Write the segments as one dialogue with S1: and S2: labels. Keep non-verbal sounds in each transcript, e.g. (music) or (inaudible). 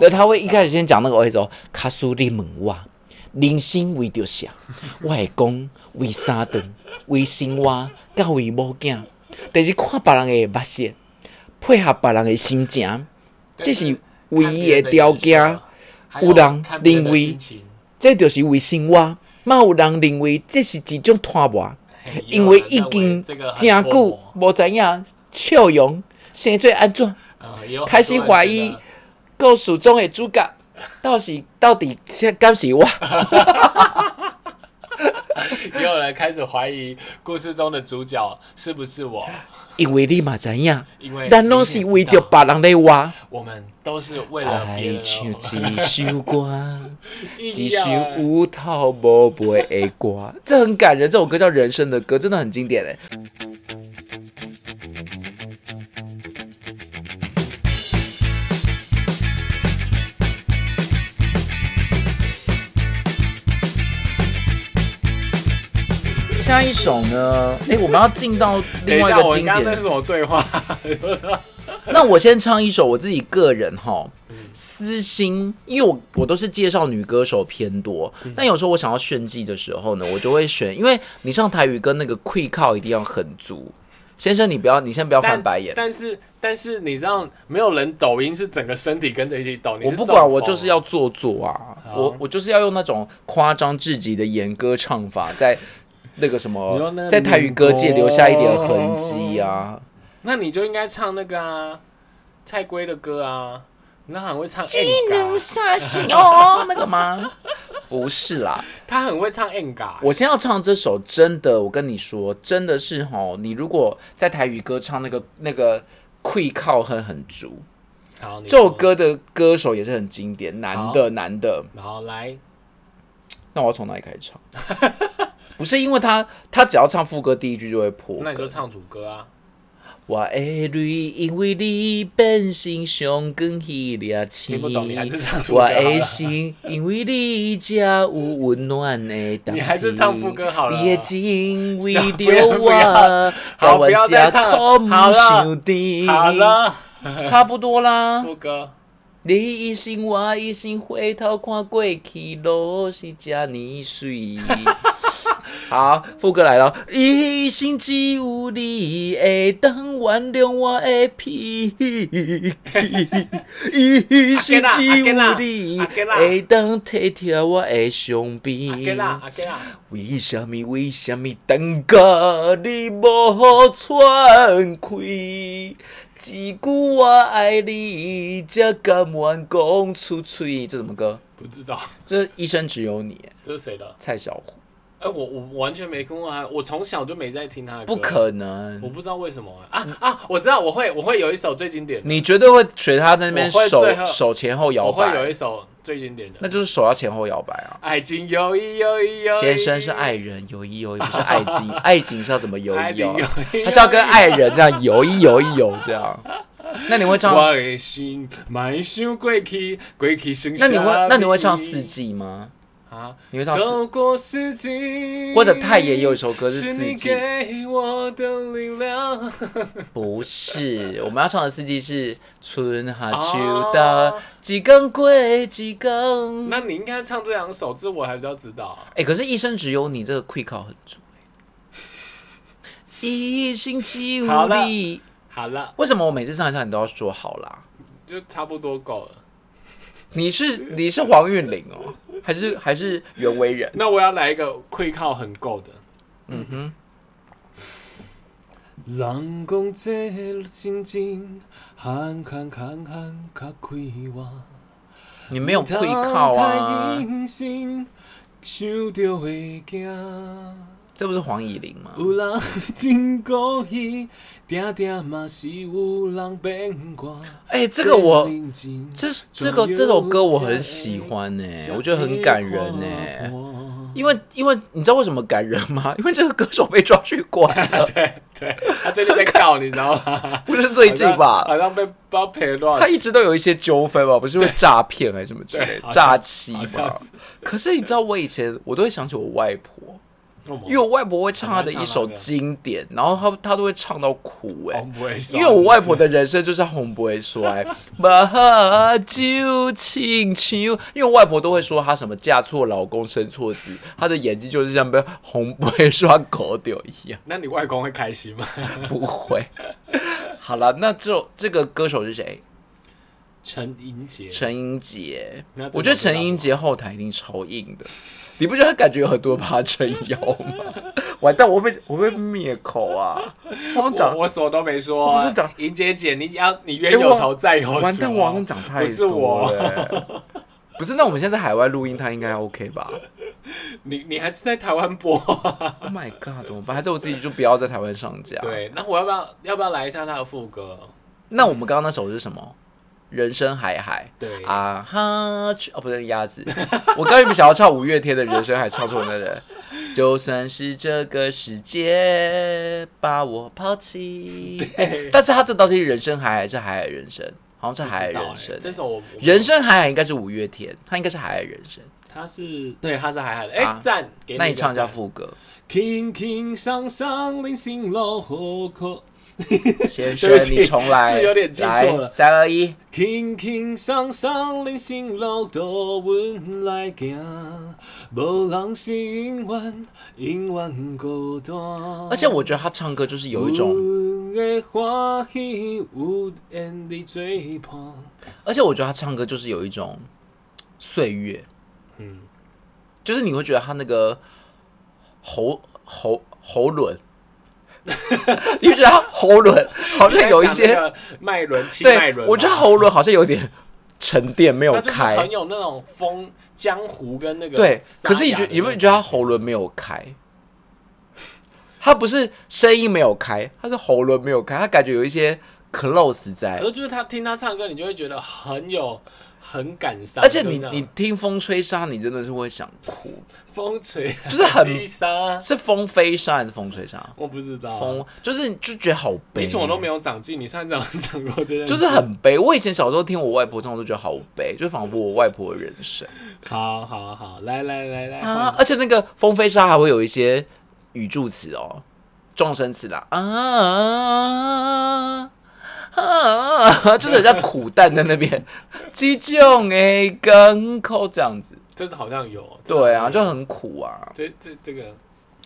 S1: 那他会一开始先讲那个我会说，卡苏利门哇，人生为着啥？我会讲为三顿，为生活，甲为某囝，但是看别人的目色，配合别人的心情，这是唯一的条件。
S2: 还
S1: 有人
S2: 看别人的
S1: 认为
S2: 心情
S1: 这就是为生活。嘛有人认为这是一种拖磨，
S2: 嘿
S1: 因为
S2: 有人
S1: 已
S2: 认
S1: 经
S2: 这个很
S1: 真
S2: 多
S1: 久
S2: 模
S1: 无知影笑容生做安怎。
S2: 呃也有很
S1: 开始
S2: 多人
S1: 怀
S2: 觉
S1: 疑
S2: 得
S1: 故事中的主角到是到底是敢是我？
S2: 也有人开始怀疑故事中的主角是不是我，
S1: 因为你嘛知影，
S2: 因为
S1: 咱拢是为着
S2: 爸，
S1: 别人咧活。
S2: 我们都是为了别
S1: 爱
S2: 人
S1: 哎唱
S2: 而活。
S1: 一首歌，一
S2: 一啊
S1: 首无头无尾的歌，这很感人。这首歌叫《人生的歌》，真的很经典欸嘞。下一首呢？哎、我们要进到
S2: 等
S1: 另
S2: 一
S1: 外一
S2: 下，
S1: 个
S2: 我
S1: 经
S2: 刚刚那
S1: 典
S2: 是。什么对
S1: (laughs)
S2: 话？
S1: 那我先唱一首我自己个人哈。私心，因为我我都是介绍女歌手偏多，
S2: 嗯
S1: 但有时候我想要炫技的时候呢，我就会选，因为你上台语跟那个溃靠一定要很足。先生，你不要，你先不要翻白眼。
S2: 但是但是你知道，没有人抖音是整个身体跟着一起抖。你
S1: 我
S2: 是
S1: 不
S2: 中
S1: 管，我
S2: 风
S1: 就是要做作啊！
S2: 好
S1: 我我就是要用那种夸张至极的演歌唱法，在那个什
S2: 你说那
S1: 么，
S2: 个
S1: 在台语歌界留下一点痕迹啊！
S2: 那你就应该唱那个啊，蔡圭的歌啊，你那很会唱 N
S1: 能
S2: 嘎，
S1: 下心哦，那个吗？ (laughs) 不是啦，
S2: 他很会唱 N 嘎。
S1: 我先要唱这首，真的，我跟你说，真的是吼，你如果在台语歌唱那个那个溃靠很很足，
S2: 好，你
S1: 这首
S2: 说，
S1: 歌的歌手也是很经典，男的男的，
S2: 好来，
S1: 那我要从哪里开始唱？ (laughs) 不是因为他，他只要唱副歌第一句就会破
S2: 那你
S1: 梗。
S2: 就唱主歌啊。
S1: 我的泪因为你变成上光去掠
S2: 听
S1: 星，
S2: 不懂你还是唱副歌
S1: 我
S2: 好了
S1: 的心因为你才有温暖的冬天。
S2: 你还是唱副歌好了
S1: 你的情为
S2: (laughs) 不要
S1: 着
S2: 不要
S1: 我，
S2: 好不要再唱了好了
S1: 甜。
S2: 好，了，
S1: 差不多啦。
S2: 副歌。
S1: 你一生我一生，回头看过去，路是遮尼水。 (laughs) 好，副歌来了。一生只有你会当原谅我的脾气，一生只有你会当体贴我的伤
S2: 阿啊给啦
S1: 悲。
S2: 阿给啦，
S1: 为什么？为什么等到你无喘气？一句我爱你，才甘愿讲出嘴。这什么歌？
S2: 不知道
S1: 这是一生只有你，
S2: 这是谁的？
S1: 蔡小虎。
S2: 哎、我我完全没跟过他，我从小就没在听他的歌，
S1: 不，可
S2: 我
S1: 能，
S2: 不知道为什么啊啊啊！我知道，我会我会有一首最经典的，
S1: 你绝对会学他在那边
S2: 我会
S1: 手
S2: 最后
S1: 手前后摇
S2: 我会有
S1: 摆，
S2: 一首最经典的，
S1: 那就是手要前后摇摆啊。
S2: 爱情有一有一有一，
S1: 先生是爱人，游一游一，不是爱情，爱情是要怎么游
S2: 爱
S1: 一
S2: 情
S1: 游
S2: 有？一，
S1: 他是要跟爱人这样游一游一游这样。那你会唱
S2: 我的心，满想过去，过去剩
S1: 那你会
S2: 下
S1: 那你会唱
S2: 你
S1: 四季吗？
S2: 啊？
S1: 你会唱四
S2: 走过四季，
S1: 或者太爷有一首歌是
S2: 是你
S1: 四季？
S2: 给我的力量。
S1: 不是，我们要唱的四季是春夏秋
S2: 哦
S1: 冬，几更归几更。
S2: 那你应该唱这两首，这我还比较知道啊。
S1: 哎、可是一生只有你这个 quick 考很足、欸、一心只
S2: 好
S1: 有
S2: 了
S1: 你。
S2: 好了，
S1: 为什么我每次唱一唱你都要说好啦？
S2: 就差不多够了。
S1: 你是你是黄韵玲哦，还是还是袁惟仁？
S2: 那我要来一个愧靠很够的。嗯哼。人讲这情真，寒寒寒寒较快活。
S1: 你没有 quick 考啊
S2: 太，阴森想着会惊。
S1: 这不是黄以玲吗？
S2: 有人 (laughs) 真故意，定定嘛是有人变卦。
S1: 哎、这个我
S2: 最冷静
S1: 这是这个这首歌我很喜欢呢、我觉得很感人呢、欸因为因为你知道为什么感人吗？因为这个歌手被抓去关了， (laughs)
S2: 对对，他最近在告你，知道吗？
S1: 不是 (laughs) 最近吧？
S2: 好像被包赔乱
S1: 他。一直都有一些纠纷吧，不是会诈骗还是什么之类
S2: 对，好像
S1: 诈欺
S2: 好
S1: 嘛
S2: 像是。
S1: 可是你知道，我以前我都会想起我外婆，因为我外婆会唱她的一首
S2: 很难唱那个
S1: 经典，然后她她都会唱到哭哎、
S2: 哦不会算
S1: 因为我外婆的人生就是红不
S2: (laughs)
S1: 会衰，把酒请求。因为我外婆都会说她什么嫁错老公生错子，她的眼睛就是像被红不会刷狗丢一样，
S2: 那你外公会开心吗？
S1: 不会。
S2: (laughs)
S1: 好了，那这这个歌手是谁？
S2: 陈英杰，
S1: 陈英杰
S2: 那这，
S1: 我觉得
S2: 首歌
S1: 陈英杰后台一定超硬的，你不觉得他感觉有很多把撑腰
S2: (laughs)
S1: 吗？完蛋，我被我被灭口啊！慌
S2: 我
S1: 长
S2: 我什么都没说
S1: 我
S2: 啊
S1: 是长。
S2: 莹姐姐，你要你冤有头债有主啊。
S1: 完蛋，我好像长太
S2: 不是
S1: 多
S2: 我，
S1: 了。 (laughs) 不是，那我们现在在海外录音，他应该 OK 吧
S2: 你你还是在台湾播 (laughs) 啊。
S1: ？Oh my god，怎么办？还是我自己就不要在台湾上架？，
S2: 对，那我要不要要不要来一下他的副歌？
S1: 那我们刚刚那首是什么？人生海海。
S2: 对
S1: 啊哈去哦，不是鸭子。 (laughs) 我刚原本想要唱五月天的《人生》，还唱错那人。就算是这个世界把我
S2: (laughs)
S1: 抛弃，哎但是他这到底是人生海海还是海海人生？好像是海海
S2: 不知道
S1: 人
S2: 欸
S1: 生欸。
S2: 这首我我
S1: 人生海海应该是五月天，他应该是海海人生。
S2: 他是对他是海海的，
S1: 啊
S2: 哎赞，给
S1: 那
S2: 你
S1: 你唱一下
S2: 个赞。(laughs)
S1: 副歌，
S2: 轻轻上上，零星落河口。对
S1: 先生
S2: 不起
S1: 你重来，
S2: 字有点记错
S1: 来
S2: 了
S1: 三二一，
S2: 轻轻松松，人生路都阮来行，无人是永远永远孤单。
S1: 而且我觉得他唱歌就是有一种，
S2: 阮的欢喜有缘你做伴。
S1: 而且我觉得他唱歌就是有一种岁月，
S2: 嗯，
S1: 就是你会觉得他那个喉喉喉轮， (laughs) 你会觉得他喉轮好像有一
S2: 你在
S1: 些，
S2: 讲那个脉轮、七脉
S1: 对
S2: 轮嘛，
S1: 我觉得喉轮好像有点沉淀没有
S2: 它就是
S1: 开
S2: 很，有那种风江湖跟那个
S1: 对，
S2: 沙
S1: 可是你
S2: 哑
S1: 觉
S2: 的
S1: 你
S2: 那
S1: 不
S2: 种
S1: 觉得他喉轮没有开？他不是声音没有开，他是喉轮没有开，他感觉有一些 close 在
S2: 可。是就是他听他唱歌，你就会觉得很有很感伤，
S1: 而且
S2: 就
S1: 你
S2: 这样
S1: 你听风吹沙，你真的是会想哭。
S2: 风吹
S1: (laughs) 就是很
S2: (laughs) 地沙，
S1: 是风飞沙还是风吹沙？
S2: 我不知道
S1: 风就是就觉得好悲，
S2: 哦你怎么都没有长进？你上次讲讲过这件事，
S1: 就是很悲。我以前小时候听我外婆唱，我都觉得好悲，就仿佛我外婆的人生
S2: (laughs) 好好好，来来来来，
S1: 啊
S2: 换。
S1: 而且那个风飞沙还会有一些语助词哦，撞声词啦啊。啊， (laughs) 就是人家苦淡在那边， (laughs) 激将哎，港口这样子，
S2: 这是好像有，这
S1: 对啊，
S2: 好像
S1: 就
S2: 有
S1: 很苦啊。
S2: 这这这个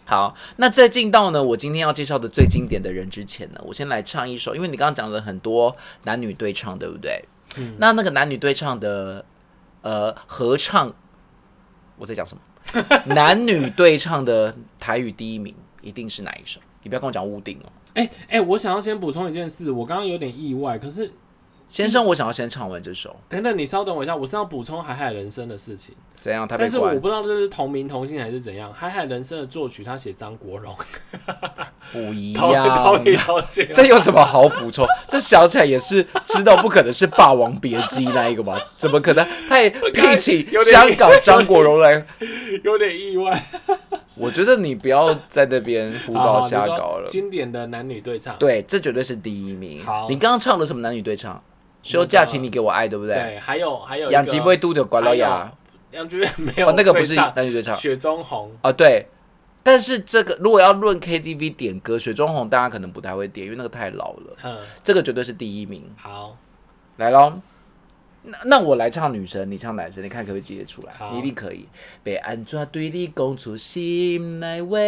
S1: 好，那在进到呢，我今天要介绍的最经典的人之前呢，我先来唱一首，因为你刚刚讲了很多男女对唱，对不对？
S2: 嗯
S1: 那那个男女对唱的呃合唱，我在讲什么？ (laughs) 男女对唱的台语第一名一定是哪一首？你不要跟我讲屋顶哦，
S2: 哎哎，我想要先补充一件事，我刚刚有点意外，可是
S1: 先生，我想要先唱完这首，
S2: 等等，你稍等我一下，我是要补充《海海人生》的事情，
S1: 怎样？他被
S2: 但是我
S1: 关
S2: 不知道这是同名同姓还是怎样，《海海人生》的作曲他写张国荣，
S1: 不
S2: (laughs)
S1: 一
S2: 同同一
S1: 样。
S2: 条线，
S1: (laughs) 这有什么好补充？这想起来也是知道不可能是《霸王别姬》那一个吧？怎么可能？他也聘请
S2: (laughs) 有点
S1: 香港张国荣来
S2: 有点意外。
S1: 我觉得你不要在那边胡
S2: 好
S1: 搞
S2: 好
S1: 瞎
S2: 你说
S1: 搞了。
S2: 经典的男女对唱，
S1: 对，这绝对是第一名。
S2: 好
S1: 你刚刚唱的什么男女对唱？休假请你给我爱，对不对？
S2: 对，还有还有一个
S1: 养鸡不会嘟的管老牙，
S2: 杨菊没有
S1: 哦，那个不是
S2: 对唱
S1: 男女对唱
S2: 雪中红，
S1: 啊，对。但是这个如果要论 KTV 点歌，《雪中红》大家可能不太会点，因为那个太老了。
S2: 嗯，
S1: 这个绝对是第一名，
S2: 好，
S1: 来喽。那那我来唱女生，你唱男生，你看可不可以记得出来？
S2: 好
S1: 你一定可以。要安怎对你讲出心内话？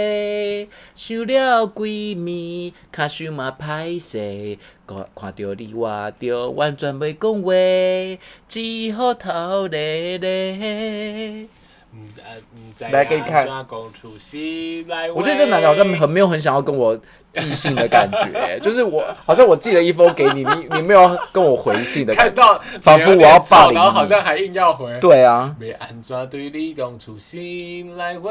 S1: 想了几暝，卡想嘛歹势，看看到你我就完全袂讲话，只好头咧咧。
S2: 嗯呃嗯，再
S1: 来给你看
S2: 抓公主席来，
S1: 我觉得这男的好像很没有很想要跟我寄信的感觉，就是我好像我寄了一封给你，你你没有跟我回信的感
S2: 看 (laughs)
S1: 觉。
S2: 到，
S1: 仿佛我要霸凌你
S2: 然后好像还硬要回。
S1: 对啊，
S2: 要安怎对你讲出心内话？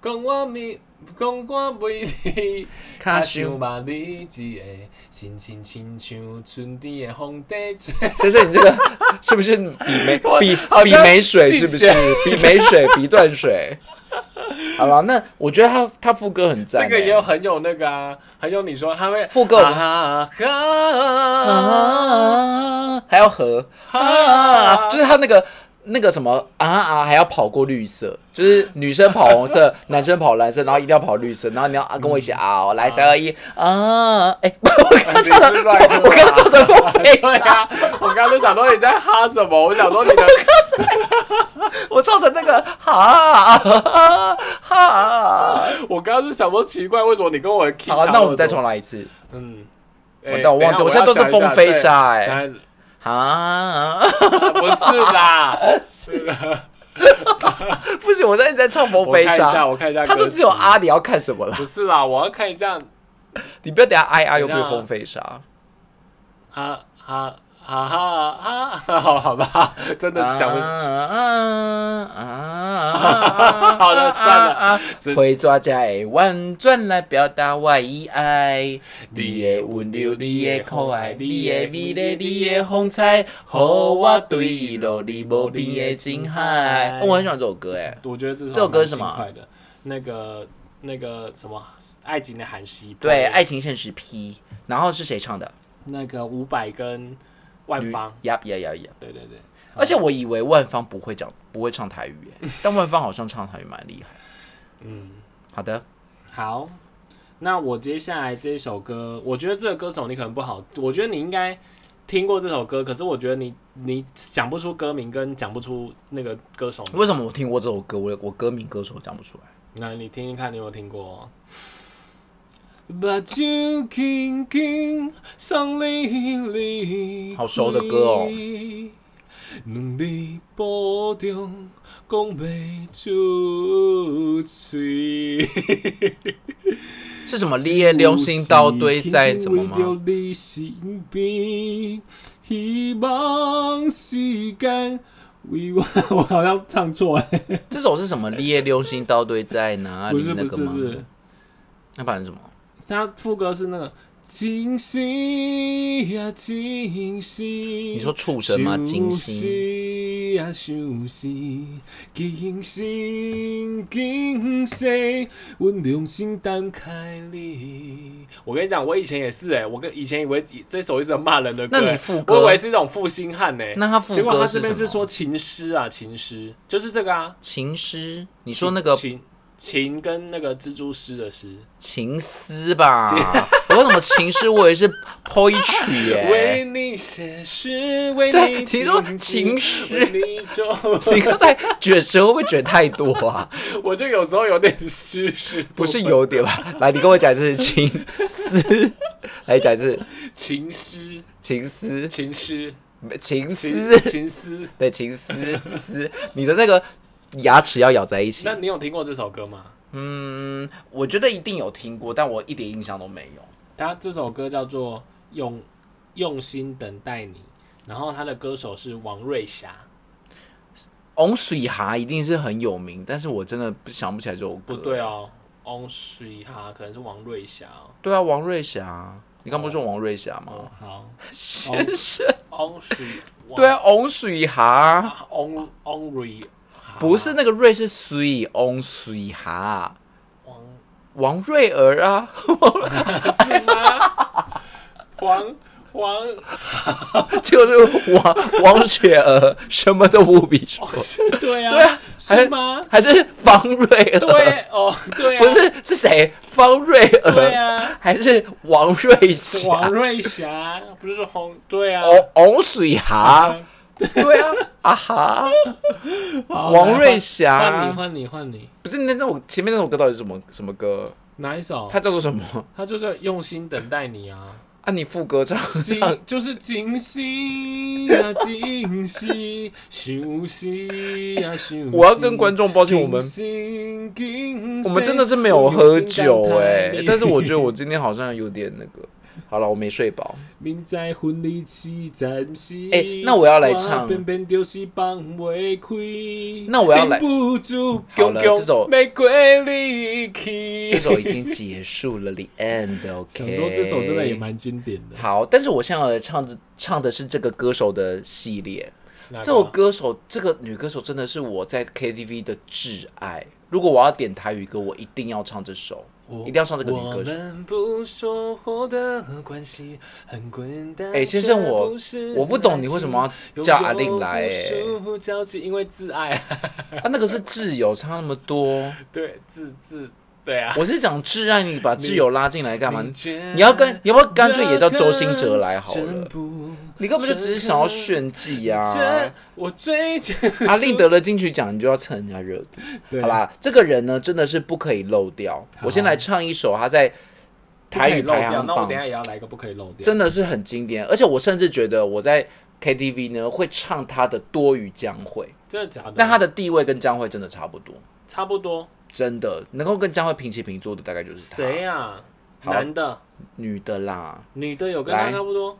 S2: 讲我咪，讲我袂你，
S1: 卡
S2: 想
S1: 想
S2: 嘛你一个，心情亲像春天的风底吹。
S1: 先生，你这个 (laughs) 是不是比没
S2: 我
S1: 比
S2: 好像
S1: 比没水？
S2: 信
S1: 是不是
S2: 邪
S1: 比没水？ (laughs) 比断水？好了，那我觉得他他副歌很赞欸、
S2: 这个也有很有那个啊，很有你说他会
S1: 副歌
S2: 啊哈哈
S1: 啊，还要和啊，就是他那个那个什么啊啊，还要跑过绿色，就是女生跑红
S2: (laughs)
S1: 色，男生跑蓝色，然后一定要跑绿色，然后你要啊跟我一
S2: 嗯
S1: 起啊，哦来三二一啊，哎，我刚刚唱的，
S2: 你是乱
S1: 我我刚刚唱的凤飞
S2: 对
S1: 沙，
S2: 啊，我刚刚就想说你在哈什么，我想说你的
S1: (laughs) 我唱成那个哈哈哈。
S2: 我刚刚就想说奇怪，为什么你跟我的 key
S1: 好，
S2: 差
S1: 那
S2: 不
S1: 我们再
S2: 多
S1: 重来一次。
S2: 嗯，
S1: 完蛋我忘记
S2: 等一下
S1: 我现在都是
S2: 要想一下
S1: 风飞沙哎
S2: 对现
S1: 啊，
S2: 在不是啦，是啦，
S1: 不行，我现在一直在唱风
S2: 我
S1: 飞
S2: 看一下，
S1: 沙，
S2: 我看一下歌词，
S1: 他就只有啊，你要看什么啦？
S2: 不是啦，我要看一下
S1: 你不要等下哎啊又变
S2: 等一下
S1: 风飞沙，
S2: 哈哈哈哈哈，好好吧，真的想不
S1: 啊啊啊
S2: 好了算了这
S1: 会抓才会婉转来表达我的爱，你的温柔，你的可爱，你的美丽，你的风采，和我坠落你无边的情海。哦我很喜欢这首歌哎，
S2: 我觉得这首
S1: 这首歌是什么啊
S2: 蛮轻快的，那个那个什么，爱情的韩熙波
S1: 对，啊爱情现实 P，然后是谁唱的？
S2: 那个伍佰跟万芳，
S1: 呀呀呀呀！
S2: 对对对，
S1: 而且我以为万芳不会讲，不会唱台语耶，但万芳好像唱台语蛮厉害。
S2: 嗯，
S1: 好的，
S2: 好。那我接下来这一首歌，我觉得这个歌手你可能不好，我觉得你应该听过这首歌，可是我觉得你你讲不出歌名，跟讲不出那个歌手名。
S1: 为什么我听过这首歌，我我歌名歌手讲不出来？
S2: 那你听听看，你有没有听过、哦？目睭轻轻送你
S1: 好熟的歌哦
S2: 两字保重，讲袂出 (laughs) 嘴。
S1: 是什么？烈流星刀堆在什么
S2: 有时
S1: 吗？
S2: 轻轻围着你身边，希望时间 (laughs) 为我，我好像唱错了，
S1: 这首是什
S2: (laughs)
S1: 么？烈流星刀堆在哪
S2: 不
S1: 里
S2: 是？
S1: 那
S2: 不
S1: 个
S2: 是不是
S1: 吗？。那反正什么？
S2: 他副歌是那个清醒呀清醒，你
S1: 你说畜生吗？金星。
S2: 星呀想死，惊醒惊醒，阮良心等开你。我跟你讲，我以前也是哎、我跟以前以为这首一直很骂人的歌、
S1: 那你
S2: 欸
S1: 副歌
S2: 我以为是一种负心汉呢、欸。
S1: 那他副
S2: 结果
S1: 歌
S2: 他
S1: 是
S2: 这
S1: 什
S2: 边是
S1: 么？
S2: 说情诗啊，情诗就是这个啊。
S1: 情诗？你说那个
S2: 情情跟那个蜘蛛丝的丝。
S1: 情诗吧？我说什么情诗？我以为是 poetry
S2: (laughs) 为
S1: 耶。 (laughs)
S2: 你写诗，为
S1: 对
S2: 你
S1: 你说
S2: 静
S1: 情
S2: 止
S1: 诗
S2: 为你就
S1: 你刚才卷舌会不会卷太多啊？
S2: (laughs) 我就有时候有点虚实，
S1: 不是有点吧？来，你跟我讲一次情诗，来讲一次
S2: 情诗，
S1: 情诗，
S2: 情诗，情
S1: 情诗，
S2: 情诗。
S1: 对，情丝丝，你的那个牙齿要咬在一起
S2: 那。你有听过这首歌吗？
S1: 嗯，我觉得一定有听过，但我一点印象都没有。
S2: 他这首歌叫做《用用心等待你》，然后他的歌手是王瑞霞，
S1: 翁水hà 一定是很有名，但是我真的不想不起来这首歌。
S2: 不对哦，翁水哈可能是王瑞霞哦。
S1: 对啊，王瑞霞，啊你刚不是说王瑞霞吗？
S2: 哦好，
S1: 先生，
S2: 翁水
S1: 对啊，翁水hà
S2: 哇翁翁瑞哈
S1: 不是那个瑞是水，翁水hà，
S2: 王 (laughs)
S1: 王瑞儿啊，
S2: 是吗？ (laughs) 王王
S1: (laughs) 就是王王雪儿，什么都不必说，
S2: 是对啊，
S1: 哦对啊
S2: 是吗？
S1: 还是方瑞儿？
S2: 对哦，对啊，
S1: 不是呃是谁？方瑞儿？
S2: 对啊，
S1: 还是王瑞霞？
S2: 王瑞霞不是红对啊，
S1: 王王水霞？
S2: (laughs)
S1: 对啊，啊哈！
S2: 好
S1: 王瑞
S2: 换你
S1: 霞
S2: 换你换你，
S1: 不是那那我前面那首歌到底是什么什么歌？
S2: 哪一首？他
S1: 它叫做什么？
S2: 他就是用心等待你啊，
S1: 啊，你副
S2: (laughs)
S1: 歌唱
S2: 惊就是惊喜啊，惊喜，休息啊，休息。
S1: 我要跟观众抱歉，我们
S2: 惊喜惊喜
S1: 我们真的是没有喝酒哎、但是我觉得我今天好像有点那个。好了，我没睡
S2: (laughs)
S1: 饱。
S2: 明知婚里起暂时。
S1: 欸那我要来唱
S2: 偏偏就是放袂开。
S1: 那我要来
S2: 忍不住
S1: 好
S2: 强
S1: 了
S2: 强
S1: 这首
S2: 玫瑰离去。
S1: 这首已经结束了，The End，OK、
S2: 想说这首真的也蛮经典的。
S1: 好，但是我现在要来唱唱的是这个歌手的系列，
S2: 哪个
S1: 这首歌手，这个女歌手真的是我在 KTV 的挚爱。如果我要点台语歌，我一定要唱这首，一定要唱这个女
S2: 哦我
S1: 歌手。
S2: 们不说破的关系很滚蛋。
S1: 哎先生
S2: 这
S1: 我
S2: 不是
S1: 我不懂你
S2: 爱
S1: 为什
S2: 情
S1: 么要叫
S2: 拥有
S1: 阿令来哎
S2: 无数交集因为自爱， (laughs)
S1: 啊，那个是挚友，差那么多。
S2: 对，自自对啊。
S1: 我是讲挚爱，你把挚友拉进来干嘛？
S2: 你
S1: 你要跟，你要不要干脆也叫周兴哲来好了？你根本就只是想要炫技呀、
S2: 这我最近
S1: 阿令得了金曲奖，你就要蹭人家热度。好，啦，这个人呢，真的是不可以漏掉。我先来唱一首他在
S2: 不可
S1: 台
S2: 以
S1: 语
S2: 漏
S1: 排
S2: 掉。
S1: 行
S2: 那我
S1: 榜
S2: 等一，下也要来一个不可以漏掉。
S1: 真的是很经典。而且我甚至觉得我在 KTV 呢会唱他的多于江蕙，
S2: 真的假的？
S1: 但他的地位跟江蕙真的差不多，
S2: 差不多
S1: 真的能够跟江蕙平起平坐的大概就是他，
S2: 谁啊？
S1: 好
S2: 男的、
S1: 女的啦。
S2: 女的有跟他
S1: 来
S2: 差不多。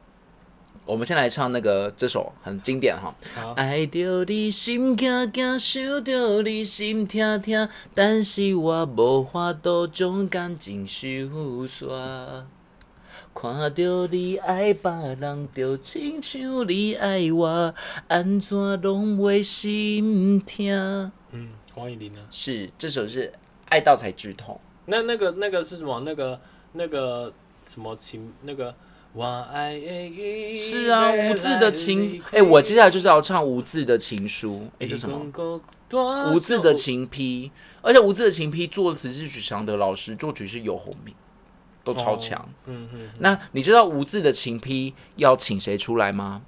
S1: 我们先来唱那个这首很经典哈。哎
S2: 好，
S1: 爱着你心惊惊，想着你心痛痛，但是我无法度将感情收煞。看着你爱别人，就亲像你爱我，安怎拢袂心痛？
S2: 嗯，黄以玲呢？
S1: 是，哎这首是爱到才知痛。
S2: 那那个那个是什么？那个那个什么情？那个我爱你
S1: 是啊，无字的情，哎、我接下来就是要唱无字的情书，哎、这什么？
S2: 啊
S1: 无字的情批，而且无字的情批作词是许常德老师，作曲是游鸿明，都超强。
S2: 嗯嗯，
S1: 那你知道无字的情批要请谁出来吗？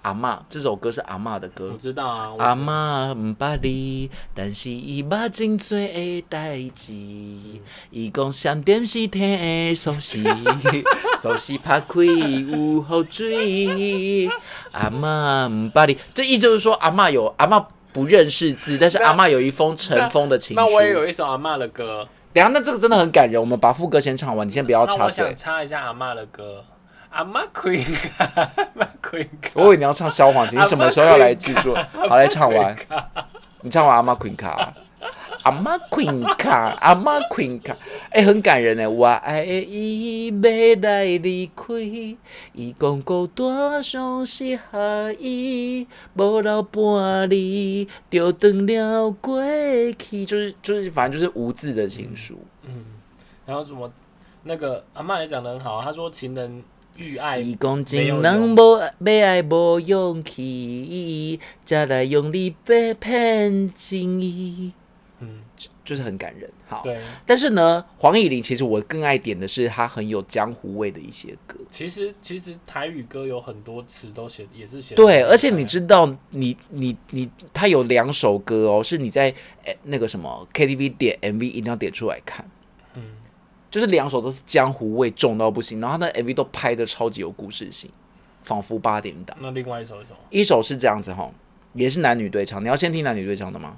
S1: 阿嬷，这首歌是阿嬷的
S2: 我
S1: 歌。
S2: 知道啊，我
S1: 阿嬷毋捌你，但是伊捌真多的代志。伊讲闪电是天的锁
S2: (laughs)
S1: 匙，锁匙拍开有雨水。阿嬷毋捌你，这意思就是说阿嬷有阿嬷不认识字，但是阿嬷有一封尘封的情
S2: 那
S1: 书。
S2: 我也有一首阿嬷的歌，
S1: 等一下，那这个真的很感人。我们把副歌先唱完，你先不要
S2: 那
S1: 插
S2: 我
S1: 嘴
S2: 想。插一下阿嬷的歌，阿嬷 Queen，阿嬷 Queen，
S1: (laughs) 我以为你要唱小 (laughs) 黄琴，你什么时候要来制作？ (laughs) 好，来唱完。 (laughs) 你唱完阿妈 Queen 卡，阿妈 Queen 卡，阿妈 Queen 卡，哎、很感人哎。我爱的伊要来离开，伊讲孤单伤是害伊，无留伴你，就断了过去。就是就是，反正就是无字的情书。
S2: (laughs) 然后什么那个阿嬷也讲的很好啊，她说情人欲爱，
S1: 伊讲情人无要爱无勇气，才来用你被骗情意，
S2: 嗯，
S1: 就是很感人。好，
S2: 对，
S1: 但是呢，黄以玲其实我更爱点的是她很有江湖味的一些歌。
S2: 其实其实台语歌有很多词都写也是写得
S1: 对，
S2: 很
S1: 而且你
S2: 厉害
S1: 知道，你你你，她有两首歌哦，是你在诶那个什么 KTV 点 MV 一定要点出来看。
S2: 嗯
S1: 就是两首都是江湖味重到不行，然后他的 MV 都拍的超级有故事性，仿佛八点档。
S2: 那另外一首一首
S1: 一首是这样子哈，也是男女对唱。你要先听男女对唱的吗？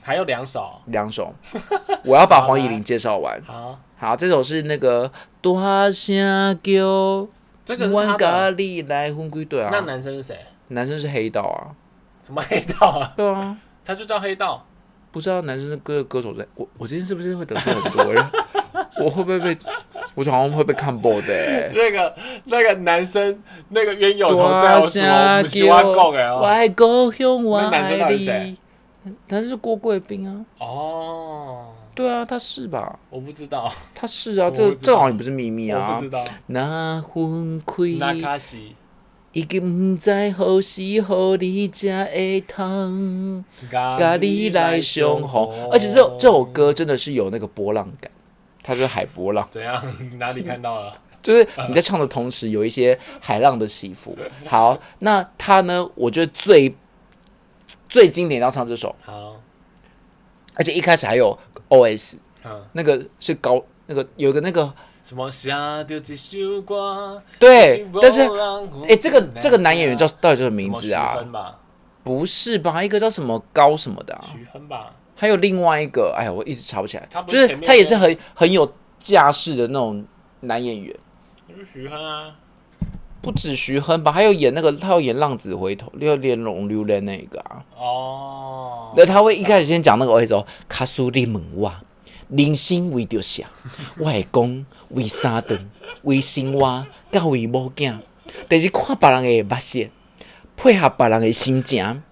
S2: 还有两首，
S1: 两首， (laughs) 我要把黄以玲介绍完。
S2: 好，
S1: 好，这首是那个大声叫，
S2: 这个是
S1: 弯
S2: 他
S1: 咖
S2: 的，
S1: 喱来婚归队啊。
S2: 那男生是谁？
S1: 男生是黑道啊，
S2: 什么黑道啊？ (laughs)
S1: 对啊，
S2: 他就叫黑道，
S1: 不知道男生的歌歌手在，我我今天是不是会得罪很多人？ (laughs) 我会不会被，我好像会被看爆的、欸。
S2: (laughs) 那个那个男生那个冤有头债
S1: 大
S2: 有主，我
S1: 声
S2: 们喜欢讲的
S1: 叫，我
S2: 哦。
S1: 爱故乡，我
S2: 那男生到
S1: 爱
S2: 底是谁
S1: 你。男生是郭贵斌啊，
S2: 哦，
S1: 对啊，他是吧？
S2: 我不知道，
S1: 他是啊，
S2: 不
S1: 这
S2: 知
S1: 这
S2: 道
S1: 好像也不是秘密
S2: 我
S1: 啊
S2: 不知。道。
S1: 那分
S2: 那
S1: 开
S2: 卡西，
S1: 已经不知何时何你才会通，
S2: 咖
S1: 甲你来相逢。而且这这首歌真的是有那个波浪感，它就是海
S2: (laughs)
S1: 波浪，
S2: 怎样？哪里看到
S1: (laughs)
S2: 了？
S1: 就是你在唱的同时有一些海浪的起伏。好，那它呢，我觉得最最经典要唱这首，
S2: 好，
S1: 而且一开始还有 OS，
S2: 嗯，
S1: 那个是高那个有一个那个
S2: 什么下掉一首歌？
S1: 对，但是哎、这个这个男演员叫到底叫什么名字啊
S2: 什么？徐亨吧，
S1: 不是吧？一个叫什么高什么的、啊，
S2: 徐亨吧，
S1: 还有另外一个，哎呀，我一直查不起来
S2: 他，不
S1: 就是是
S2: 前面
S1: 他也
S2: 说
S1: 是很很有架势的那种男演员，
S2: 就是徐亨啊。
S1: 不止徐亨吧，还有演那个他要演《浪子回头》六连龙榴莲那个啊，
S2: 哦，
S1: 那他会一开始先讲那个我一首卡苏利门哇，人生为着啥，我会讲为三顿，为生活，甲为某囝，但是看别人的目色，配合别人的心情，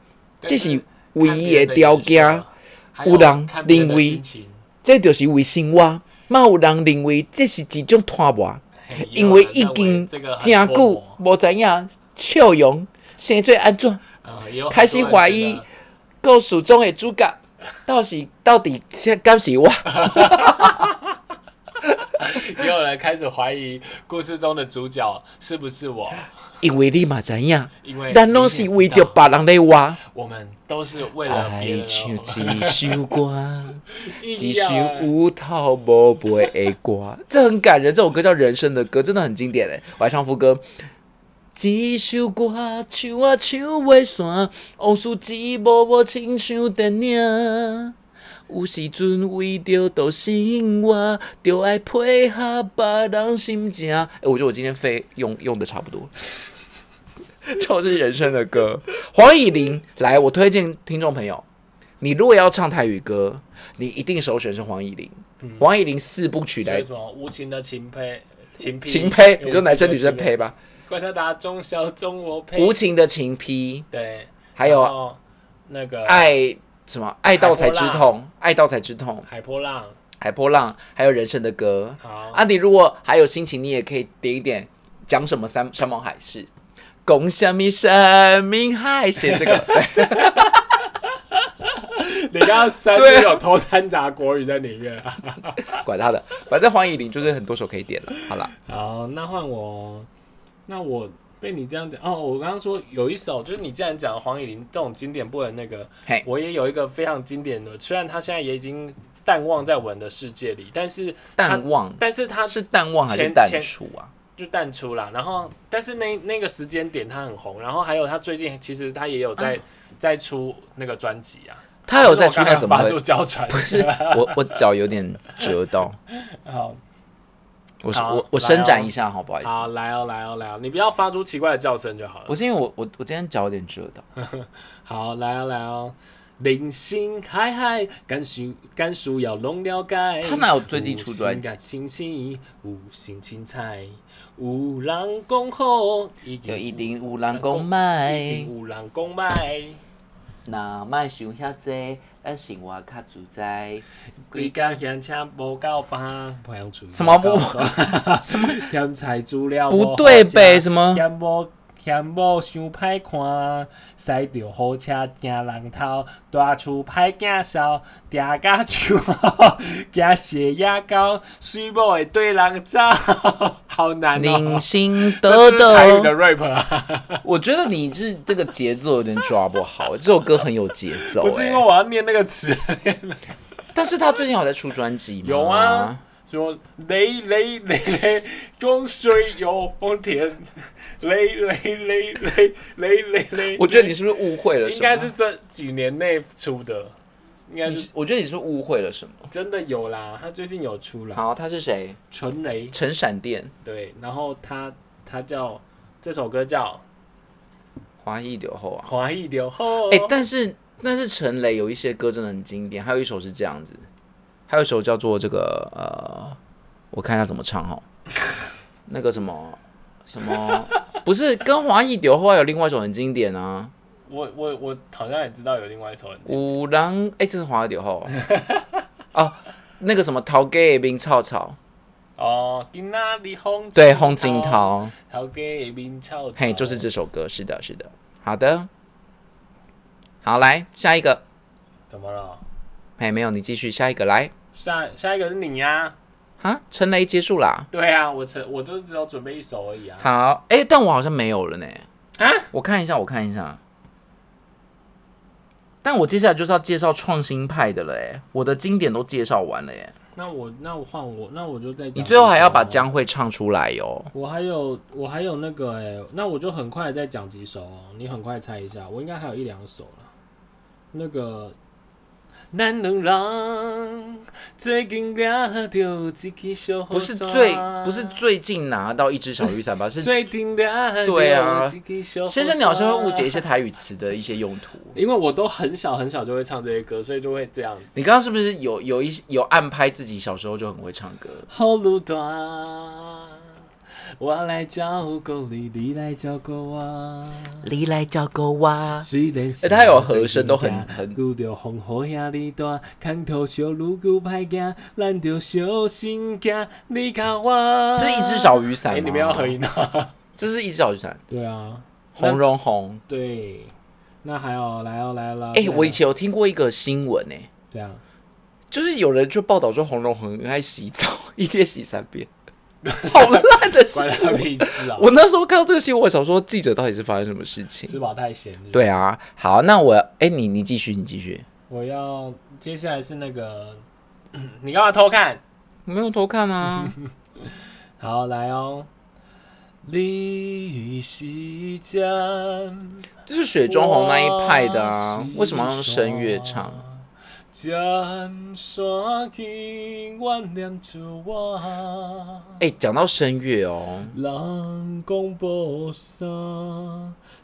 S1: 这是唯一的
S2: 看别人
S1: 条
S2: 眼
S1: 件
S2: 色。，还有
S1: 有人
S2: 看别人的
S1: 认为
S2: 心情
S1: 这就是为生活。嘛有人认为这是一种拖磨，
S2: 嘿
S1: 因为
S2: 有人
S1: 已
S2: 啊认
S1: 经
S2: 这个很
S1: 真
S2: 脱
S1: 久
S2: 模
S1: 无知影笑容生做安怎，
S2: 呃也有很
S1: 开始
S2: 多人
S1: 怀
S2: 觉
S1: 疑
S2: 得
S1: 故事中的主角到是到底是敢是我？
S2: 也有人开始怀疑故事中的主角是不是我，
S1: 因为你嘛知
S2: (laughs)
S1: 影，
S2: 因为
S1: 咱拢是为着
S2: 吧，
S1: 别人咧活。
S2: 我们都是为了啊别
S1: 爱
S2: 人
S1: 唱
S2: 而活。
S1: 一首歌，一
S2: 一
S1: 首无头无尾的歌，这很感人。这首歌叫《人生的歌》，真的很经典嘞。我还唱副歌。一首歌唱啊唱袂散，往事一幕幕亲像电影。有时阵为着斗生活，就爱配合别人心情。哎、我觉得我今天费用用的差不多。 (laughs) 就是人生的歌，黄以玲来，我推荐听众朋友，你如果要唱台语歌，你一定首选是黄以玲。
S2: 嗯
S1: 黄以玲四部曲
S2: 所
S1: 来
S2: 以，什么无情的秦呸，秦呸，
S1: 情胚，
S2: 有
S1: 你说男生女生
S2: 呸
S1: 胚，吧，
S2: 怪他打中小中我呸，
S1: 无情的情胚，
S2: 对，
S1: 还有啊哎
S2: 然后那个
S1: 爱什么爱到才知
S2: 海波
S1: 痛，爱到才知痛，
S2: 海波浪，
S1: 海波浪，还有人生的歌。
S2: 好，
S1: 啊，你如果还有心情，你也可以点一点讲什么山山盟海誓，讲什么山盟海誓
S2: (laughs)
S1: 这个。哎
S2: 你刚刚三
S1: 对
S2: 就有偷掺杂国语在里面啊。
S1: 管他的，反正黄以玲就是很多首可以点了。好了，
S2: 好，那换我哦，那我被你这样讲哦，我刚刚说有一首，就是你既然讲黄以玲这种经典不能那个
S1: 嘿，
S2: 我也有一个非常经典的，虽然他现在也已经淡忘在我们的世界里，但是它
S1: 淡忘
S2: 但是他
S1: 是淡忘还是
S2: 前
S1: 淡
S2: 前
S1: 出啊？
S2: 就淡出啦。然后，但是那那个时间点他很红，然后还有他最近其实他也有在、在出那个专辑啊，
S1: 他嗯有在出，
S2: 那
S1: 那怎么
S2: 发
S1: 会
S2: 出？娇喘？不
S1: 是 (laughs) 我我脚有点折到，
S2: (laughs) 好，
S1: 我是
S2: 好
S1: 我我
S2: 来
S1: 伸展
S2: 哦
S1: 一下，好不好意思？
S2: 好来哦来哦来哦，你不要发出奇怪的叫声就好了。
S1: 不是因为我我我今天脚有点折到，
S2: 嗯好，来哦来哦。人生海海，甘需甘需要拢了解。
S1: 他哪有最近出专辑
S2: 有心甲清醒，有心青菜，有人讲好，已
S1: 有
S2: 经
S1: 一定有人讲卖，
S2: 有人讲歹。
S1: 那卖想遐济，咱生活较自在。
S2: 规工嫌车无够吧？不想出
S1: 什么不
S2: (laughs) 什么嫌菜煮了
S1: 不对呗？什
S2: 么？
S1: 么？
S2: 嫌无嫌无想歹看，驶着好车惊人偷，大厝歹囝梢，定甲树后，惊血压高，水某会对人走， (laughs) 好
S1: (laughs)
S2: 难
S1: 零
S2: 哦。
S1: 星
S2: 这
S1: 得
S2: 是台语的
S1: 得，
S2: rap 啊，
S1: 我觉得你是这个节奏有点抓不好，这首歌很有节奏
S2: 不是
S1: 哎
S2: 因为。我要念那个词，
S1: 但是他最近有在出专辑吗？
S2: 有啊，说雷雷雷雷，风水有丰田，雷雷雷雷雷雷雷。
S1: 我觉得你是不是误会了什么？
S2: 应该是这几年内出的，应该
S1: 你
S2: 是
S1: 是，我觉得你是不是误会了什么？
S2: 真的有啦。他最近有出啦，
S1: 好，他是谁？
S2: 纯雷
S1: 陈闪电，
S2: 对，然后他他叫这首歌叫
S1: 华裔流后
S2: 《
S1: 啊。
S2: 华裔流后》。
S1: 哎、但是但是陈雷有一些歌真的很经典，还有一首是这样子，还有一首叫做这个呃，我看一下怎么唱哈， (laughs) 那个什么什么，不是跟华裔流后还有另外一首很经典啊，
S2: 我我我好像也知道有另外一首很
S1: 五郎哎，这是华裔流后 (laughs) 哦哦，那个什么陶给冰草草，
S2: 哦，今仔日风
S1: 对，洪金，涛，
S2: 头家面臭臭，
S1: 嘿，就是这首歌，是的，是的，好的，好，来下一个。
S2: 怎么了？
S1: 哎，没有，你继续下一个来
S2: 下下一个是你呀、
S1: 啊。陈雷结束啦。
S2: 对啊，我只我就只有准备一首而已啊。
S1: 好，哎、但我好像没有了呢。
S2: 啊，
S1: 我看一下，我看一下。但我接下来就是要介绍创新派的了，哎，我的经典都介绍完了，哎，
S2: 那我那我换我，那我就再讲
S1: 你最后还要把
S2: 一首哦
S1: 江蕙唱出来哦哟、
S2: 我还有我还有那个哎、那我就很快再讲几首哦，你很快猜一下，我应该还有一两首了。那个咱两人最近抓到一支小雨伞
S1: 不是最不是最近拿到一只小雨伞
S2: (laughs)
S1: 吧？是
S2: 最近抓到
S1: 对啊
S2: 一支小雨伞
S1: 先生，你好像会误解一些，台语词的一些用途。
S2: 因为我都很小很小就会唱这些歌，所以就会这样子。
S1: 你刚刚是不是有有一有暗拍自己小时候就很会唱歌？
S2: 好路段，我来照顾你，你来照顾我。
S1: 你来照顾我。
S2: 虽然
S1: 欸它有和声都很很
S2: 拄着风雨遐哩大，空头小路久歹行，咱着小心行。你甲我，
S1: 这是一只小雨伞
S2: 哎、
S1: 吗？
S2: 你们要合影啊？
S1: 这是一只小雨伞，
S2: 对啊，
S1: 红绒红。
S2: 对，啊那还有来哦来哦来哦，
S1: 哎、
S2: 来哦
S1: 我以前有听过一个新闻哎、
S2: 这样，
S1: 就是有人就报道说红绒很爱洗澡， (laughs) 一天洗三遍，好烂的新
S2: 关他
S1: 闻。
S2: 屁事啊！
S1: (laughs) 我那时候看到这个新闻，我想说记者到底是发生什么事情？
S2: 吃饱太闲。是不是，
S1: 对啊，好，那我哎、你你继续，你继续。
S2: 我要接下来是那个， (coughs) 你干嘛偷看？
S1: 没有偷看啊，
S2: 好，来哦。你是江。
S1: (laughs) 这是雪中红那一派的啊，为什么要用声乐唱？？啊
S2: 江山永远念着我，
S1: 哎、讲到声乐哦，
S2: 人讲无啥，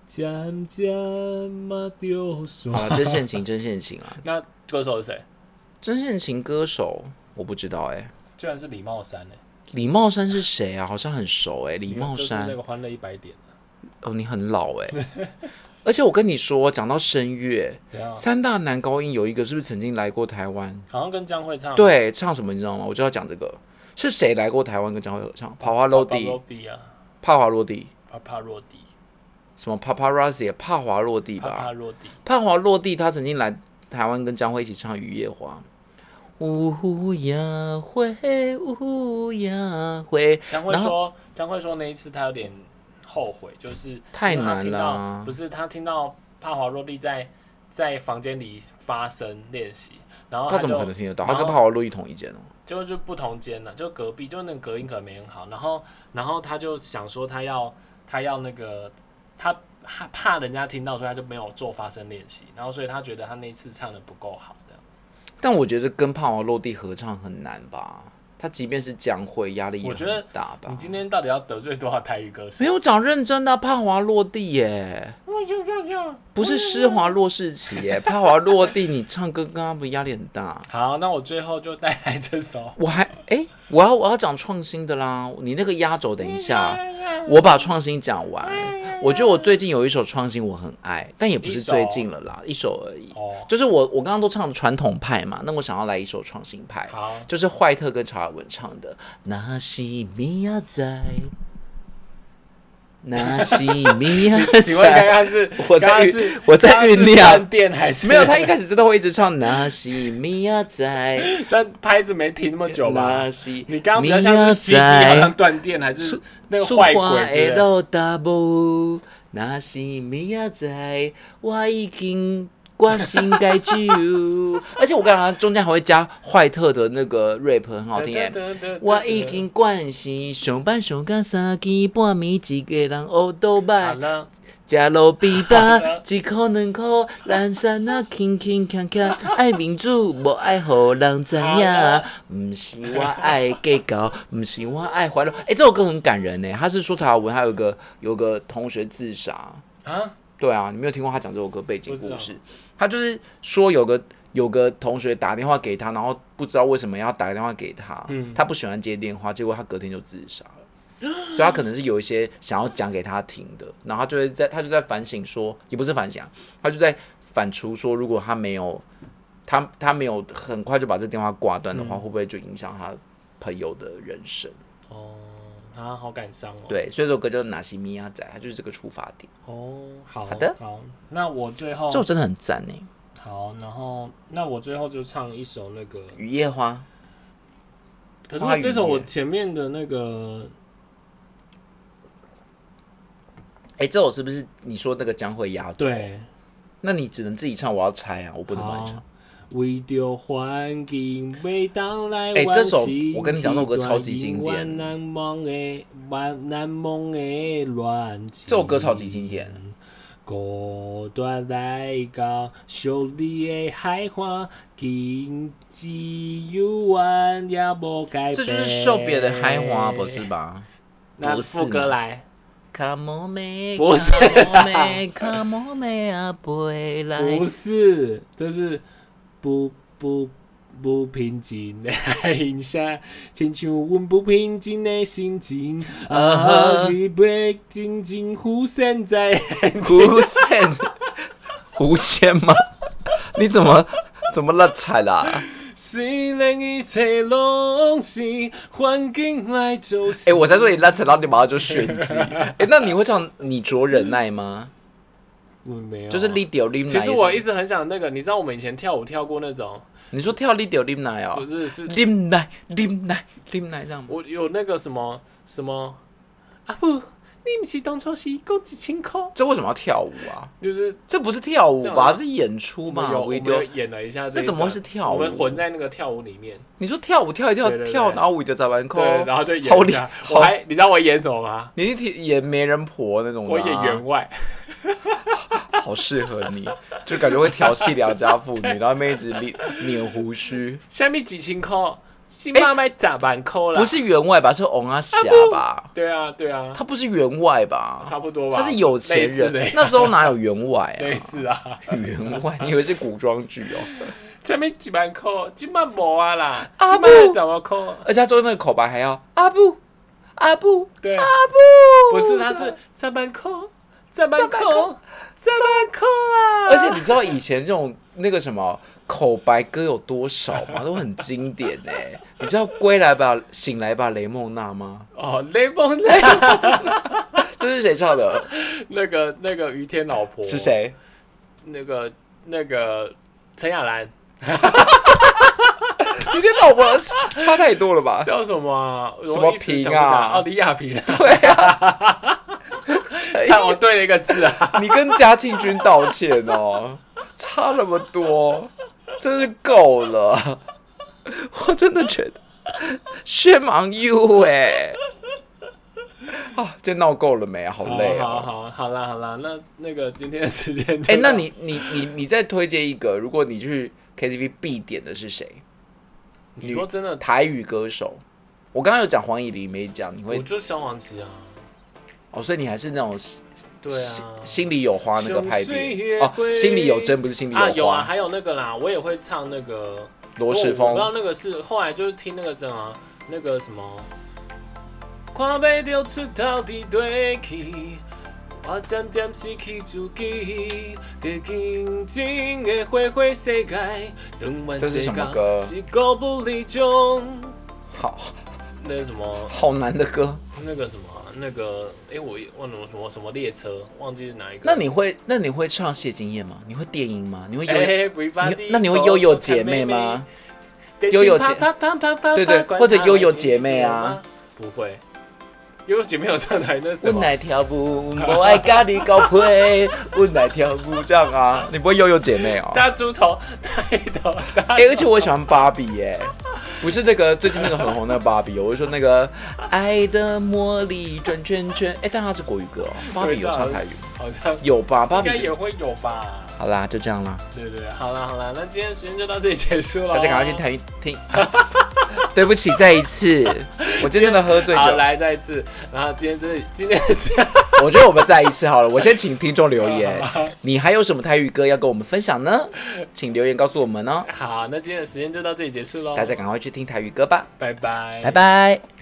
S2: 渐渐嘛着
S1: 好
S2: 散。
S1: 了，真性情，真性情啊，
S2: 那歌手是谁？
S1: 真性情歌手我不知道哎、
S2: 居然是李茂山呢、
S1: 李茂山是谁啊？好像很熟哎、李茂
S2: 就是
S1: 山
S2: 那个《欢乐一百点
S1: 哦，你很老哎、 (laughs) 而且我跟你说，讲到声乐，》
S2: 对啊，
S1: 三大男高音有一个是不是曾经来过台湾？
S2: 好像跟江蕙唱。
S1: 对，唱什么你知道吗？我就要讲这个，是谁来过台湾跟张惠合唱？帕华落
S2: 帕
S1: 地
S2: 洛，比啊，
S1: 帕华落地，
S2: 帕帕洛迪，
S1: 什么帕帕 r a z z i 帕华落地
S2: 帕
S1: 吧？
S2: 帕洛迪。
S1: 潘华落地，他曾经来台湾跟张惠一起唱《雨夜花》。呜呀会，呜呀会，
S2: 将会说，将会说那一次他有点后悔，就是
S1: 太
S2: 因为他
S1: 难
S2: 听
S1: 了啊
S2: 到不是他听到帕华落地在在房间里发声练习，然后
S1: 他
S2: 哦就
S1: 怎么可能听得到？他
S2: 然后
S1: 跟潘华落地同一间哦。
S2: 就就不同间了，就隔壁，就那个隔音可能没很好。然后然后他就想说他要他要那个他怕怕人家听到，所以他就没有做发声练习。然后所以他觉得他那一次唱的不够好，这样子。
S1: 但我觉得跟潘华落地合唱很难吧？他即便是江蕙，压力也
S2: 我觉得
S1: 很大吧
S2: 你？今天到底要得罪多少台语歌手
S1: 啊没？有讲认真的、啊，潘华落地耶，
S2: 我就这样。
S1: 不是施华洛世奇
S2: (laughs)
S1: 耶，潘华落地，你唱歌跟他们压力很大。
S2: (laughs) 好，那我最后就带来这首。
S1: 我还哎、我要我要讲创新的啦。你那个压轴，等一下，
S2: 嗯
S1: 我把创新讲完。我觉得我最近有一首创新我很爱，但也不是最近了啦，一首而已。
S2: 哦，
S1: 就是我我刚刚都唱传统派嘛，那我想要来一首创新派，
S2: 好，
S1: 就是坏特跟查尔文唱的《那西米
S2: (laughs)
S1: 亚仔》。那西米亚
S2: 请问刚
S1: 仔，
S2: 刚 (laughs) 是
S1: 我在
S2: 刚刚
S1: 酝
S2: 是
S1: 我在
S2: 刚刚是
S1: 酝酿
S2: 饭店还是
S1: (laughs) 没有，他一开始真的会一直唱《那西米亚仔》，
S2: (laughs) 但拍子没停那么久吧
S1: 那？西
S2: 你刚刚比较像是 CD 好像断电还是
S1: (laughs)
S2: 那个
S1: 出
S2: 坏鬼之类的。
S1: 到 double，那是明仔载，我已经决心改酒。 (laughs) 而且我感觉中间还会加坏特的那个 rap，很好听耶。
S2: 得得得得
S1: 我已经惯性上班上到三更半暝，一个人学倒
S2: 好
S1: 摆，
S2: 了，
S1: 食路边
S2: 好
S1: 搭
S2: 了，
S1: 一箍两箍，懒散啊，轻轻锵锵，爱面子，无爱互人知
S2: 好
S1: 影
S2: 了。
S1: 毋是我爱计较，毋是我爱怀柔。哎、这首歌很感人呢。他是说查尔文，他有个有个同学自杀。
S2: 啊，
S1: 对啊，你没有听过他讲这首歌背景
S2: 不知
S1: 故
S2: 道
S1: 事？他就是说有个有个同学打电话给他，然后不知道为什么要打个电话给他，
S2: 嗯
S1: 他不喜欢接电话，结果他隔天就自杀了。所以他可能是有一些想要讲给他听的，然后他就会在他就在反省说，也不是反省啊，他就在反刍说，如果他没有他他没有很快就把这电话挂断的
S2: 嗯
S1: 话，会不会就影响他朋友的人生？
S2: 哦，啊，好感伤哦。，
S1: 对，所以这首歌叫《纳西米亚仔》，它就是这个出发点，
S2: 哦，好，
S1: 好的
S2: 好，那我最后
S1: 这首真的很赞欸呢，
S2: 好，然后那我最后就唱一首那个，
S1: 《雨夜花》。
S2: 可是
S1: 花
S2: 我
S1: 语
S2: 这首我
S1: 耶
S2: 前面的那个
S1: 哎、这首是不是你说那个将会压轴？
S2: 对。
S1: 那你只能自己唱，我要猜啊，我不能帮你唱
S2: 好。为着环境，每当来
S1: 哎
S2: 哎、
S1: 这首我跟你讲这首歌超级经典
S2: 难忘的，万难忘的恋情。
S1: 这首歌超级经典。
S2: 孤单来到小你的海岸，今只有阮也无改变。
S1: 这就是秀别的嗨花，不是？吧？
S2: 那
S1: 不是
S2: 副歌
S1: 嘛
S2: 来，
S1: Come on, me，
S2: 不是
S1: Come on, me, (laughs) come on, me 啊，飞来。
S2: 不是，这是不不不平静的海下，亲像阮不平静的心情。
S1: 啊
S2: 啊，你袂静静浮现在眼前。
S1: 弧线，弧线吗？你怎么怎么了啊惨啦、
S2: 虽然一切拢是环境来造成。
S1: 哎、我才说你拉扯到你马上就炫技。哎、那你会唱你着忍耐吗？
S2: 我嗯没有，啊
S1: 就是 lead 有 lead
S2: 哦其实我一直很想那个，你知道我们以前跳舞跳过那种，
S1: 你说跳 lead 有 lead 奶
S2: 不
S1: 哦
S2: 是是，
S1: ，lead 奶 lead 奶 lead 奶这样吗？
S2: 我有那个什么什么啊不，你不是当初是讲一千块，
S1: 这为什么要跳舞啊？
S2: 就是
S1: 这不是跳舞
S2: 这样
S1: 吧？
S2: 啊
S1: 这是演出
S2: 我们
S1: 嘛
S2: 有我们
S1: video
S2: 有演了一下这一段，
S1: 那怎么会是跳舞
S2: 我们混在那个跳舞里面，
S1: 你说跳舞跳一跳
S2: 对对对
S1: 跳，然后舞就在玩扣，
S2: 对，然后就
S1: 好
S2: 演一
S1: 厉
S2: 下，
S1: 哦好
S2: 我还你知道我演什么吗？
S1: 你是演媒人婆那种的、啊，
S2: 我演员外，
S1: 好适合你，就感觉会调戏良家妇
S2: (laughs)
S1: 女，然后妹子一直捻捻胡须，
S2: 下面几千块，新妈卖咋板扣了？
S1: 不，是员外吧？是翁阿霞吧？
S2: 对啊对啊，
S1: 他不是员外吧？
S2: 差不多吧，
S1: 他是有钱
S2: 类似的
S1: 人，那时候哪有员外啊？
S2: 类似啊，
S1: 员外，你以为是古装剧哦？
S2: 下面几万块，今晚无啊啦，
S1: 啊
S2: 今
S1: 不
S2: 晚怎么扣？
S1: 而且他做那个口白还要阿布阿布
S2: 对。
S1: 阿布，
S2: 不是，他是在门口，在门
S1: 在门
S2: 口，在门口啊！
S1: (laughs) 而且你知道以前这种那个什么口白歌有多少吗？都很经典哎、 (laughs) 你知道《归来吧，醒来吧，雷梦娜》吗？
S2: 哦，雷蒙
S1: 哎
S2: 娜
S1: 这是谁唱的？
S2: 那个那个于天老婆
S1: 是？谁？
S2: 那个那个陈雅兰
S1: 你跟老婆 (laughs) 差差太多了
S2: (laughs)
S1: 吧？
S2: 叫什么啊？我
S1: 什么
S2: 一时
S1: 平
S2: 想不起来
S1: 啊
S2: 哦，李亚平啊！
S1: (laughs) 对啊，
S2: (laughs) 差我对了一个字啊！
S1: 你跟嘉庆君道歉哦，差那么多，真是够了。 (laughs) 我真的觉得 shame on you 哎、啊，这闹够了没 (laughs) 啊？好累啊！
S2: 好哦好好啦好啦，那那个今天的时间就到，
S1: 哎、那你你你你再推荐一个，如果你去 KTV 必点的是谁？
S2: 你说真的，
S1: 台语歌手。我刚刚有讲黄以玲，没讲，你
S2: 我
S1: 会
S2: 就消防旗啊，
S1: 哦，所以你还是那种心
S2: 对啊。
S1: 心里有花那个派
S2: 胸碎
S1: 别
S2: 也
S1: 哦，
S2: 会
S1: 心里有针不是心里
S2: 啊，有
S1: 花。
S2: 啊，还有那个啦，我也会唱那个
S1: 罗时
S2: 我
S1: 峰
S2: 不知道那个是后来就是听那个怎啊，那个什么，看被丢出到底对去，我渐渐失去自己，伫静静的花花世界，当完
S1: 这是
S2: 世
S1: 什
S2: 界
S1: 么歌
S2: 是狗不理中，
S1: 好
S2: 那个什么
S1: 好难的歌。
S2: 那个什么那个，哎、我也忘了什么什么列车，忘记是哪一个。
S1: 那你会那你会唱谢金燕吗？你会电音吗？你会悠、
S2: 哎、
S1: 你那你会悠悠姐妹吗？？悠悠姐对对或者悠悠姐妹啊，
S2: 不会，悠悠姐妹有上台那什
S1: 我
S2: 么？
S1: 来跳舞，我爱咖喱高配，我来跳舞这样啊？你不会悠悠姐妹哦？
S2: 大猪头，大一头，大
S1: 哎、而且我喜欢芭比耶，不是那个最近那个很红的芭比，我是说那个《爱的魔力转圈圈》哎、但它是国语歌哦，芭比有唱台语，
S2: 好像
S1: 有吧？芭
S2: 应该
S1: 比
S2: 也会有吧？
S1: 好啦，就这样啦，
S2: 对对，好啦好啦，那今天时间就到这里结束了，
S1: 大家赶快去。台语听。 (laughs) 对不起，再一
S2: (laughs)
S1: 次，我今天真的喝醉酒
S2: 好，
S1: 了，
S2: 来再一次，然后今天真的今天是 (laughs)
S1: 我觉得我们再一次好了。我先请听众留言，你还有什么台语歌要跟我们分享呢？请留言告诉我们哦。
S2: 好，那今天的时间就到这里结束喽，
S1: 大家赶快去听台语歌吧，
S2: 拜拜，
S1: 拜。拜。